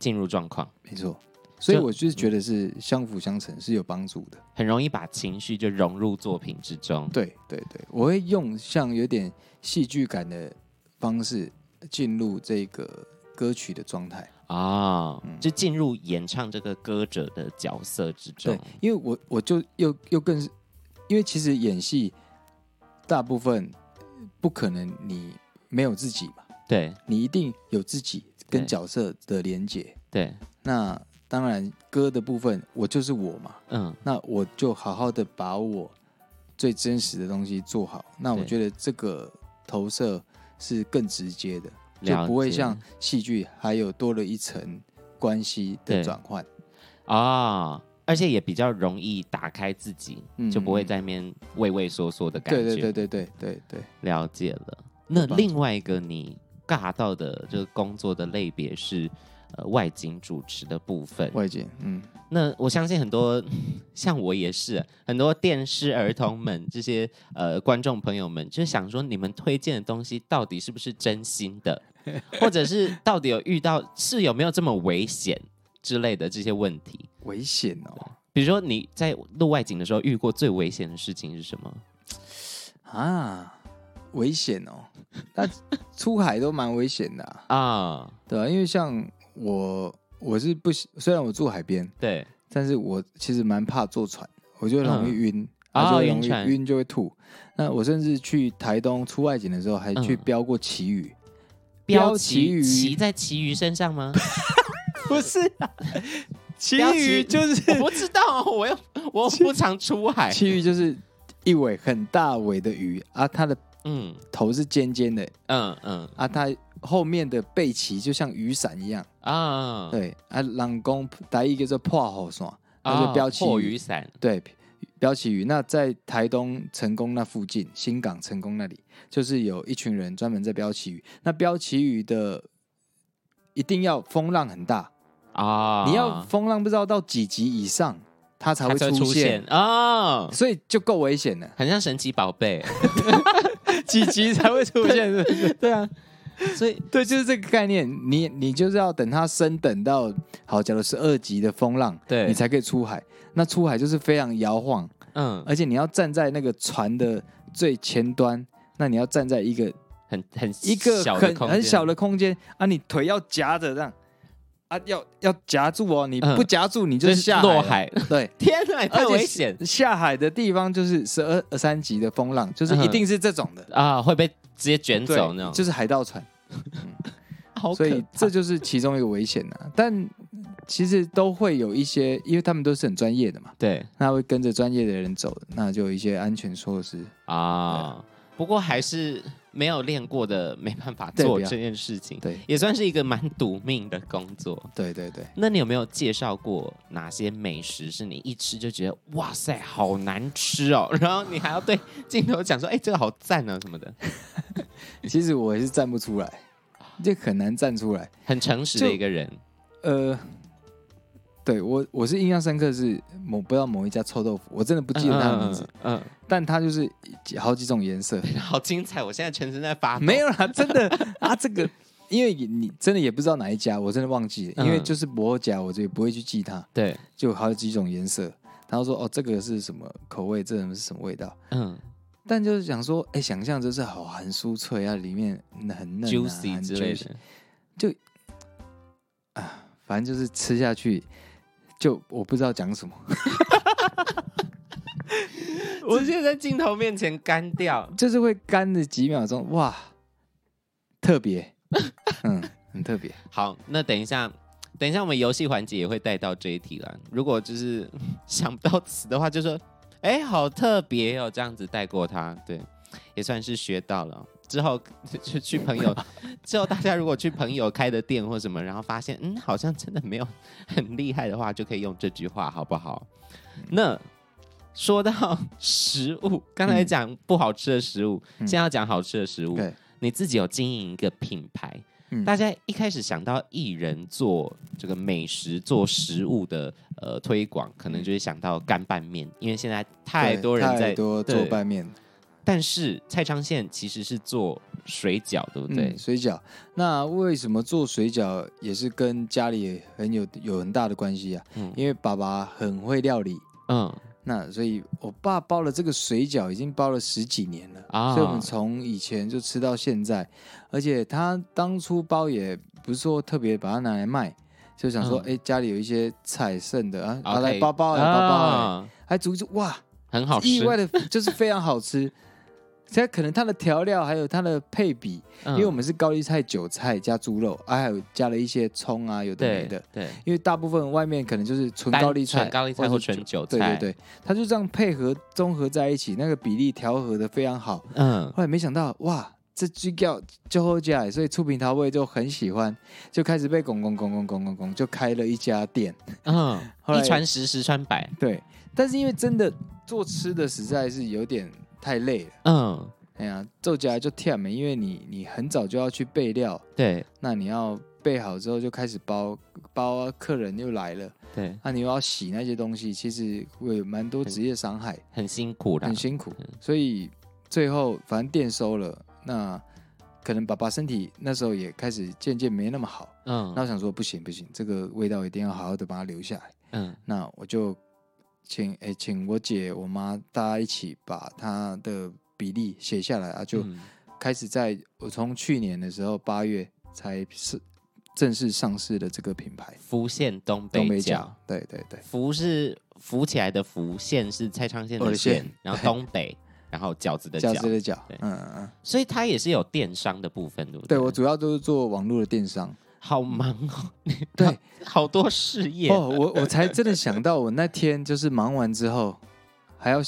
Speaker 2: 进入状况，
Speaker 1: 没错。所以
Speaker 2: 就
Speaker 1: 我就是觉得是相辅相成，是有帮助的。
Speaker 2: 很容易把情绪就融入作品之中。
Speaker 1: 对对对，我会用像有点戏剧感的方式进入这个歌曲的状态。
Speaker 2: 啊、
Speaker 1: 嗯
Speaker 2: 就进入演唱这个歌者的角色之中
Speaker 1: 对。，因为我我就又又更是，因为其实演戏大部分不可能你没有自己嘛，
Speaker 2: 对
Speaker 1: 你一定有自己跟
Speaker 2: 对
Speaker 1: 角色的连接。
Speaker 2: 对，
Speaker 1: 那当然歌的部分，我就是我嘛，
Speaker 2: 嗯
Speaker 1: 那我就好好的把我最真实的东西做好。那我
Speaker 2: 对
Speaker 1: 觉得这个投射是更直接的，就
Speaker 2: 了
Speaker 1: 不会
Speaker 2: 解
Speaker 1: 像戏剧还有多了一层关系的
Speaker 2: 对
Speaker 1: 转换。
Speaker 2: 啊、而且也比较容易打开自己，
Speaker 1: 嗯
Speaker 2: 就不会在那边畏畏缩缩的感
Speaker 1: 对
Speaker 2: 觉。
Speaker 1: 对对对对对对。
Speaker 2: 了解了。那
Speaker 1: 帮助
Speaker 2: 另外一个你尬到的这个工作的类别是呃外景主持的部分。
Speaker 1: 外景，嗯，
Speaker 2: 那我相信很多， (laughs) 像我也是，很多电视儿童们这些呃观众朋友们，就想说你们推荐的东西到底是不是真心
Speaker 1: (laughs)
Speaker 2: 的，或者是到底有遇到是有没有这么危险之类的这些问题。
Speaker 1: 危险哦
Speaker 2: 比如说你在录外景的时候遇过最危险的事情是什么？
Speaker 1: 啊，危险哦，那出海都蛮危险的啊、
Speaker 2: 啊，
Speaker 1: 对吧、因为像我，我是不喜，虽然我住海边，
Speaker 2: 对，
Speaker 1: 但是我其实蛮怕坐船，我就容易
Speaker 2: 嗯
Speaker 1: 晕，
Speaker 2: 哦
Speaker 1: 啊，就容
Speaker 2: 晕
Speaker 1: 易
Speaker 2: 船
Speaker 1: 晕就会吐。那我甚至去台东出外景的时候，还去
Speaker 2: 嗯
Speaker 1: 标过旗鱼，
Speaker 2: 标
Speaker 1: 旗
Speaker 2: 旗
Speaker 1: 鱼
Speaker 2: 骑在旗鱼
Speaker 1: (laughs)
Speaker 2: 身上吗？
Speaker 1: 不是、啊，旗
Speaker 2: 标旗
Speaker 1: 鱼就是
Speaker 2: 我不知道，我又我不常出海。
Speaker 1: 旗鱼就是一尾很大尾的鱼啊，它的
Speaker 2: 嗯
Speaker 1: 头是尖尖的
Speaker 2: 嗯嗯
Speaker 1: 啊，它后面的背鳍就像雨伞一样。
Speaker 2: 啊，
Speaker 1: 对啊，人工台语叫做破火伞，那就
Speaker 2: 啊
Speaker 1: 标旗
Speaker 2: 破
Speaker 1: 鱼。
Speaker 2: 雨伞
Speaker 1: 对，标旗鱼。那在台东成功那附近，新港成功那里，就是有一群人专门在标旗鱼。那标旗鱼的一定要风浪很大，
Speaker 2: 啊，
Speaker 1: 你要风浪不知道到几级以上，它才
Speaker 2: 它
Speaker 1: 会
Speaker 2: 才会
Speaker 1: 出嗯
Speaker 2: 出现啊，，
Speaker 1: 所以就够危险了
Speaker 2: 很像神奇宝
Speaker 1: (laughs)
Speaker 2: 贝。
Speaker 1: 几级才会出现？是不是？
Speaker 2: 对啊，所以
Speaker 1: 对，就是这个概念。你你就是要等它升等到好，假如是二级的风浪，
Speaker 2: 对
Speaker 1: 你才可以出海。那出海就是非常摇晃，
Speaker 2: 嗯，
Speaker 1: 而且你要站在那个船的最前端，那你要站在一个
Speaker 2: 很很
Speaker 1: 一个
Speaker 2: 小的
Speaker 1: 很
Speaker 2: 空
Speaker 1: 很
Speaker 2: 间
Speaker 1: 小的空间啊，你腿要夹着这样啊，要要夹住哦，你
Speaker 2: 嗯
Speaker 1: 不夹住你就
Speaker 2: 就是
Speaker 1: 下
Speaker 2: 落
Speaker 1: 了
Speaker 2: 海。
Speaker 1: (laughs) 对，
Speaker 2: 天哪，也太
Speaker 1: 而且
Speaker 2: 危险
Speaker 1: 下海的地方就是十二二三级的风浪，
Speaker 2: 嗯
Speaker 1: 就是一定是这种的，
Speaker 2: 啊，会被直接卷
Speaker 1: 对
Speaker 2: 走那种，
Speaker 1: 就是海盗船。
Speaker 2: 好
Speaker 1: 所以
Speaker 2: 可怕
Speaker 1: 这就是其中一个危险啊。但其实都会有一些，因为他们都是很专业的嘛，
Speaker 2: 对
Speaker 1: 那会跟着专业的人走的，那就有一些安全措施。
Speaker 2: 啊。不过还是没有练过的，没办法
Speaker 1: 对
Speaker 2: 做
Speaker 1: 不要
Speaker 2: 这件事情，
Speaker 1: 对
Speaker 2: (laughs) 也算是一个蛮赌命的工作。
Speaker 1: 对对对，
Speaker 2: 那你有没有介绍过哪些美食是你一吃就觉得哇塞好难吃哦，然后你还要对镜头讲说哎、这个好赞啊什么的，
Speaker 1: 其实我也是站不出来，这很难站出来。
Speaker 2: 很诚实的一个人
Speaker 1: 呃，对我我是印象深刻是某不知道某一家臭豆腐，我真的不记得它的名字，，
Speaker 2: 嗯，嗯
Speaker 1: 但它就是几好几种颜
Speaker 2: (laughs)
Speaker 1: 色，
Speaker 2: 嗯好精彩，我现在全身在发抖
Speaker 1: 没有啦，真的啊，这个因为你真的也不知道哪一家，我真的忘记了，因为
Speaker 2: 嗯
Speaker 1: 就是博甲，我就也不会去记它，
Speaker 2: 对，
Speaker 1: 就好几种颜色。然后说哦，这个是什么口味？这个是什么味道？
Speaker 2: 嗯
Speaker 1: 但就是想说，哎，想象就是好很酥脆啊，里面很嫩、啊、
Speaker 2: ，juicy
Speaker 1: 很
Speaker 2: 之类
Speaker 1: juicy
Speaker 2: 的，
Speaker 1: 反正就是吃下去，就我不知道讲什么，
Speaker 2: 我现在在镜头面前干掉，
Speaker 1: 就是会干的几秒钟，哇，特
Speaker 2: (laughs)
Speaker 1: 别，嗯，很特别。
Speaker 2: 好，那等一下，等一下，我们游戏环节也会带到这一题了。如果就是 (laughs) 想不到词的话，就说，哎、好特别哦，这样子带过他，对，也算是学到了哦。之后就去朋
Speaker 1: (laughs)
Speaker 2: 友，之后大家如果去朋友开的店或什么，然后发现嗯，好像真的没有很厉害的话，就可以用这句话，好不好？那说到食物，刚
Speaker 1: 嗯
Speaker 2: 才
Speaker 1: 嗯
Speaker 2: 讲不好吃的食物，
Speaker 1: 嗯
Speaker 2: 现在要讲好吃的食物。
Speaker 1: 对，
Speaker 2: 你自己有经营一个品牌，
Speaker 1: 嗯
Speaker 2: 大家一开始想到艺人做这个美食、做食物的呃推广，可能就是想到干拌面，因为现在太
Speaker 1: 嗯对
Speaker 2: 多人在
Speaker 1: 太。多做
Speaker 2: 对
Speaker 1: 拌面，
Speaker 2: 但是蔡昌宪其实是做水饺，对不对
Speaker 1: 嗯，？水饺。那为什么做水饺也是跟家里很有有很大的关系啊？
Speaker 2: 嗯
Speaker 1: 因为爸爸很会料理，
Speaker 2: 嗯
Speaker 1: 那所以我爸包了这个水饺已经包了十几年了，
Speaker 2: 啊
Speaker 1: 所以我们从以前就吃到现在，而且他当初包也不是说特别把它拿来卖，就想说，
Speaker 2: 嗯
Speaker 1: 哎、家里有一些菜剩的啊，拿来包包来、包哎包来，
Speaker 2: 啊
Speaker 1: 还煮一煮，哇，
Speaker 2: 很好
Speaker 1: 意
Speaker 2: 吃。
Speaker 1: 外的就是非常好吃。现在可能它的调料还有它的配比，
Speaker 2: 因
Speaker 1: 因为我们是高丽菜、韭菜加猪肉，啊，还有加了一些葱啊，有的没
Speaker 2: 对
Speaker 1: 的。
Speaker 2: 对
Speaker 1: 因为大部分外面可能就是纯
Speaker 2: 单
Speaker 1: 高丽菜、
Speaker 2: 纯高丽菜或
Speaker 1: 是
Speaker 2: 纯韭
Speaker 1: 对
Speaker 2: 菜，
Speaker 1: 对对，它就这样配合综合在一起，那个比例调和的非常好。
Speaker 2: 嗯
Speaker 1: 后来没想到，哇，这鸡叫就后家，所以出品桃味就很喜欢，就开始被拱拱拱拱拱拱拱，就开了一家店。
Speaker 2: 嗯，
Speaker 1: (laughs) 后来
Speaker 2: 一传十，十传百，
Speaker 1: 对，但是因为真的做吃的实在是有点太累了，
Speaker 2: 嗯，
Speaker 1: 哎呀，做起来就跳没，因为你你很早就要去备料，
Speaker 2: 对
Speaker 1: 那你要备好之后就开始包包啊，客人又来了，
Speaker 2: 对，
Speaker 1: 那你又要洗那些东西，其实会有蛮多职业伤害。
Speaker 2: 很辛苦啦
Speaker 1: 很。辛苦，
Speaker 2: 嗯
Speaker 1: 所以最后反正店收了，那可能爸爸身体那时候也开始渐渐没那么好，那
Speaker 2: 嗯
Speaker 1: 我想说不行不行，这个味道一定要好好的把它留下来，
Speaker 2: 嗯
Speaker 1: 那我就请诶、请我姐我妈大家一起把它的比例写下来啊，就
Speaker 2: 嗯
Speaker 1: 开始在我从去年的时候八月才是正式上市的这个品牌
Speaker 2: 浮现
Speaker 1: 东
Speaker 2: 东
Speaker 1: 北
Speaker 2: 北角
Speaker 1: 角，，对对对
Speaker 2: 浮是浮起来的浮，线是蔡昌宪
Speaker 1: 我
Speaker 2: 的
Speaker 1: 的线
Speaker 2: 线，然后东北，然后饺子的
Speaker 1: 饺
Speaker 2: 饺，
Speaker 1: 子的饺
Speaker 2: 对，
Speaker 1: 嗯嗯嗯，
Speaker 2: 所以它也是有电商的部分，对不
Speaker 1: 对
Speaker 2: 对
Speaker 1: 我主要都是做网络的电商。
Speaker 2: 好忙哦，
Speaker 1: 对，
Speaker 2: (laughs) 好多事业。
Speaker 1: 哦，我我才
Speaker 2: (laughs)
Speaker 1: 真的想到，我那天就是忙完之后，还要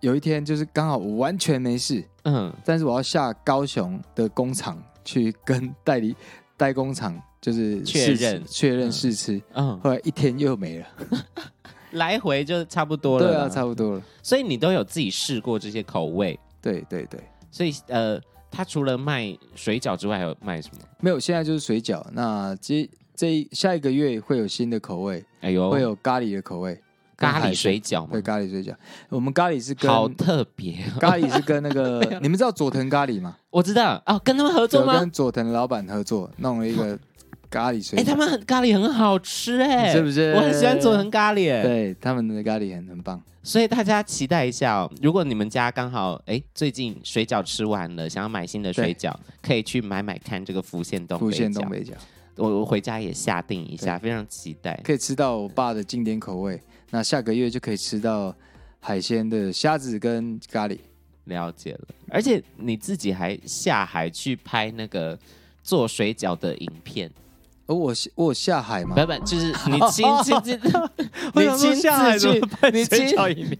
Speaker 1: 有一天就是刚好我完全没事，
Speaker 2: 嗯，
Speaker 1: 但是我要下高雄的工厂去跟代理代工厂就是
Speaker 2: 确
Speaker 1: 试吃
Speaker 2: 认
Speaker 1: 确认
Speaker 2: 嗯
Speaker 1: 试吃，
Speaker 2: 嗯，
Speaker 1: 后来一天又没了，
Speaker 2: 来回就差不多了嗯啦。
Speaker 1: 对啊，差不多了，
Speaker 2: 所以你都有自己试过这些口味，
Speaker 1: 对对对，
Speaker 2: 所以呃，他除了卖水饺之外，还有卖什么？
Speaker 1: 没有，现在就是水饺，那接这一下一个月会有新的口味，
Speaker 2: 哎呦，
Speaker 1: 会有咖喱的口味，跟
Speaker 2: 咖
Speaker 1: 海鲜
Speaker 2: 喱水饺
Speaker 1: 对
Speaker 2: 吗？
Speaker 1: 咖喱水饺，我们咖喱是跟
Speaker 2: 好特别哦，
Speaker 1: 咖喱是跟那个，
Speaker 2: (laughs)
Speaker 1: 你们知道佐藤咖喱吗？
Speaker 2: 我知道哦，跟他们合作
Speaker 1: 有
Speaker 2: 吗
Speaker 1: 跟？佐藤老板合作弄了一个
Speaker 2: (laughs)
Speaker 1: 咖喱水
Speaker 2: 哎，
Speaker 1: 饺，
Speaker 2: 他们很咖喱很好吃哎，
Speaker 1: 是不是
Speaker 2: 我很喜欢佐藤咖喱哎，
Speaker 1: 对他们的咖喱很很棒，
Speaker 2: 所以大家期待一下哦。如果你们家刚好哎最近水饺吃完了，想要买新的水饺，可以去买买看这个福县东
Speaker 1: 福
Speaker 2: 北
Speaker 1: 建
Speaker 2: 饺。
Speaker 1: 东北饺
Speaker 2: 我我回家也下定一下，非常期待。
Speaker 1: 可以吃到我爸的经典口味，那下个月就可以吃到海鲜的虾子跟咖喱。
Speaker 2: 了解了，而且你自己还下海去拍那个做水饺的影
Speaker 1: (laughs)
Speaker 2: 片，
Speaker 1: 而哦我下我有下海吗
Speaker 2: 不？不，就是你亲亲
Speaker 1: (laughs)
Speaker 2: (laughs) 自，
Speaker 1: 我
Speaker 2: (laughs) 你
Speaker 1: 想说
Speaker 2: 亲
Speaker 1: 下海
Speaker 2: 自
Speaker 1: 怎么
Speaker 2: 去， (laughs) 你亲
Speaker 1: 影片，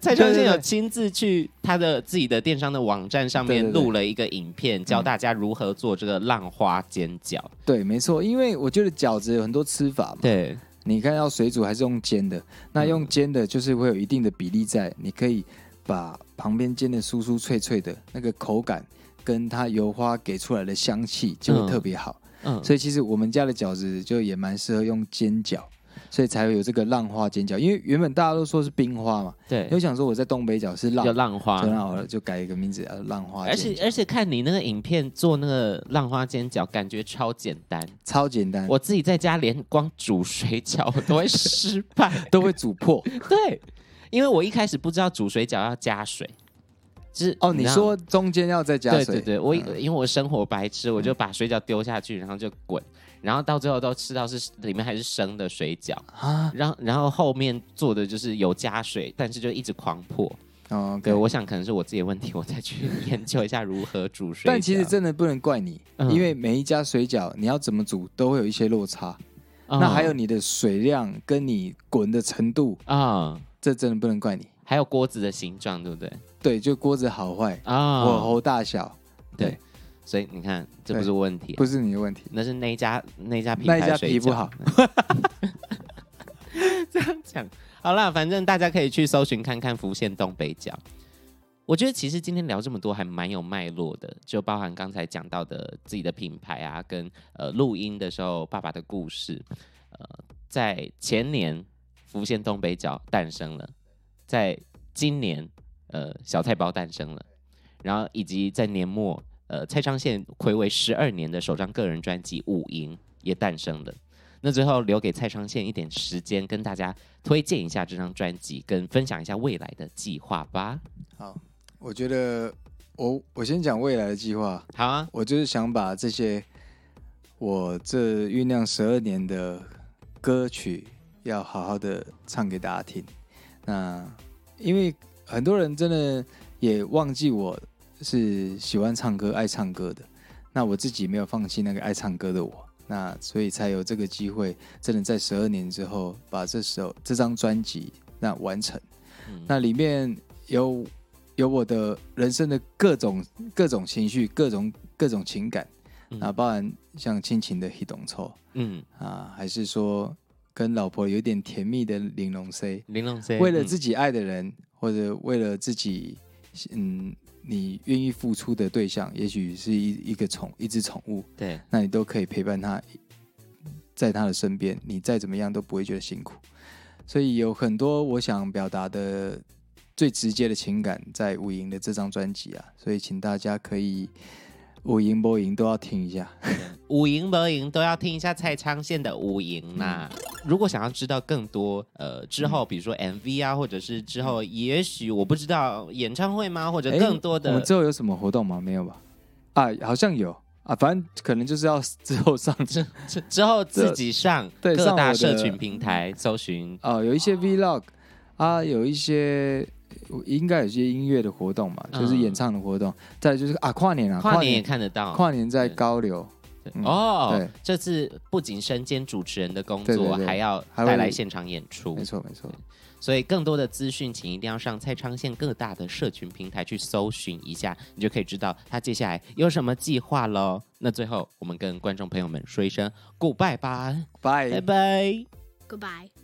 Speaker 2: 蔡昌
Speaker 1: 对
Speaker 2: 信
Speaker 1: 对
Speaker 2: 有
Speaker 1: 对
Speaker 2: 亲自去他的自己的电商的网站上
Speaker 1: 对
Speaker 2: 面
Speaker 1: 对对
Speaker 2: 录了一个影片，教大家如何做这个浪花煎饺。
Speaker 1: 对，没错，因为我觉得饺子有很多吃法嘛，
Speaker 2: 对，
Speaker 1: 你看要水煮还是用煎的？那
Speaker 2: 嗯
Speaker 1: 用煎的就是会有一定的比例在，你可以把旁边煎的酥酥脆脆的那个口感，跟它油花给出来的香气就会特别好。
Speaker 2: 嗯，
Speaker 1: 所以其实我们家的饺子就也蛮适合用煎饺，所以才会有这个浪花煎饺。因为原本大家都说是冰花嘛，
Speaker 2: 对，
Speaker 1: 又想说我在东北角是浪，
Speaker 2: 有浪花
Speaker 1: 就。让我就改一个名字啊，浪花
Speaker 2: 而
Speaker 1: 煎
Speaker 2: 且
Speaker 1: 饺，
Speaker 2: 而且看你那个影片做那个浪花煎饺，感觉超简单。
Speaker 1: 超简单，。
Speaker 2: 我自己在家连光煮水饺我都会失败
Speaker 1: (laughs) 都会煮破。
Speaker 2: 对，因为我一开始不知道煮水饺要加水，就是
Speaker 1: 哦，你
Speaker 2: 知道
Speaker 1: 说中间要再加水，嗯
Speaker 2: 对对对，我、因为我生活白痴，我就把水饺丢下去，然后就滚，然后到最后都吃到是里面还是生的水饺，
Speaker 1: 啊，
Speaker 2: 然后然后后面做的就是有加水，但是就一直狂破。
Speaker 1: 哦，
Speaker 2: 对，我想可能是我自己的问题，我再去 (laughs) 研究一下如何煮水饺。
Speaker 1: 但其实真的不能怪你，
Speaker 2: 嗯
Speaker 1: 因为每一家水饺你要怎么煮都会有一些落差。
Speaker 2: 嗯
Speaker 1: 那还有你的水量跟你滚的程度，
Speaker 2: 啊、
Speaker 1: 这真的不能怪你。
Speaker 2: 还有锅子的形状，对不对？
Speaker 1: 对，就锅子好坏、
Speaker 2: 啊、
Speaker 1: 火候大小，对
Speaker 2: 对，所以你看这不是问题，
Speaker 1: 不是你的问题。
Speaker 2: 那是那一家那一家品
Speaker 1: 那
Speaker 2: 牌
Speaker 1: 一家
Speaker 2: 水
Speaker 1: 皮不
Speaker 2: 饺
Speaker 1: 好，
Speaker 2: 讲。好啦，反正大家可以去搜寻看看福建东北角。我觉得其实今天聊这么多还蛮有脉络的，就包含刚才讲到的自己的品牌啊，跟呃录音的时候爸爸的故事。呃，在前年福建东北角诞生了，在今年呃小菜包诞生了，然后以及在年末呃蔡昌宪暌违十二年的首张个人专辑《五营》也诞生了。那最后留给蔡昌宪一点时间，跟大家推荐一下这张专辑，跟分享一下未来的计划吧。
Speaker 1: 我觉得我我先讲未来的计划，
Speaker 2: 好啊，
Speaker 1: 我就是想把这些我这酝酿十二年的歌曲，要好好的唱给大家听。那因为很多人真的也忘记我是喜欢唱歌、爱唱歌的，那我自己没有放弃那个爱唱歌的我，那所以才有这个机会，真的在十二年之后把这首这张专辑那完成。
Speaker 2: 嗯
Speaker 1: 那里面有有我的人生的各种各种情绪、各种各种情感，
Speaker 2: 嗯
Speaker 1: 啊，包含像亲情的黑懂臭
Speaker 2: 嗯，
Speaker 1: 啊，还是说跟老婆有点甜蜜的玲珑 C，
Speaker 2: 玲珑嗯 C，
Speaker 1: 为了自己爱的人，或者为了自己，嗯，你愿意付出的对象，也许是一一个宠一只宠物，(laughs)
Speaker 2: 嗯、对，
Speaker 1: 那你都可以陪伴他，在他的身边，你再怎么样都不会觉得辛苦。所以有很多我想表达的最直接的情感，在五营的这张专辑啊，所以请大家可以五营播营都要听一下。
Speaker 2: 五营、博营都要听一下蔡昌宪的五营啦。
Speaker 1: 嗯
Speaker 2: 如果想要知道更多，呃，之后比如说 MV 啊，或者是之后也许我不知道演唱会吗，或者
Speaker 1: 嗯诶
Speaker 2: 更多
Speaker 1: 我
Speaker 2: 的
Speaker 1: 们之后有什么活动吗？没有吧？啊，好像有啊，反正可能就是要 (laughs) 之后上
Speaker 2: 之之之后自己上
Speaker 1: 对
Speaker 2: 各
Speaker 1: 上我
Speaker 2: 大
Speaker 1: 的
Speaker 2: 社群平台搜寻，
Speaker 1: 哦，有一些 vlog 啊，有一些应该有一些音乐的活动嘛，就是
Speaker 2: 嗯
Speaker 1: 演唱的活动，再来就是啊跨年啊，
Speaker 2: 跨年也看得到，
Speaker 1: 跨年在
Speaker 2: 对
Speaker 1: 高流，
Speaker 2: 哦
Speaker 1: 对，
Speaker 2: 这次不仅身兼主持人的工
Speaker 1: 对
Speaker 2: 作，
Speaker 1: 对对
Speaker 2: 还要
Speaker 1: 还会
Speaker 2: 带来现场演出
Speaker 1: 没，错没错，
Speaker 2: 所以更多的资讯，请一定要上蔡昌宪各大的社群平台去搜寻一下，你就可以知道他接下来有什么计划喽。那最后，我们跟观众朋友们说一声 goodbye 吧，
Speaker 1: 拜
Speaker 2: 拜拜。
Speaker 4: Goodbye.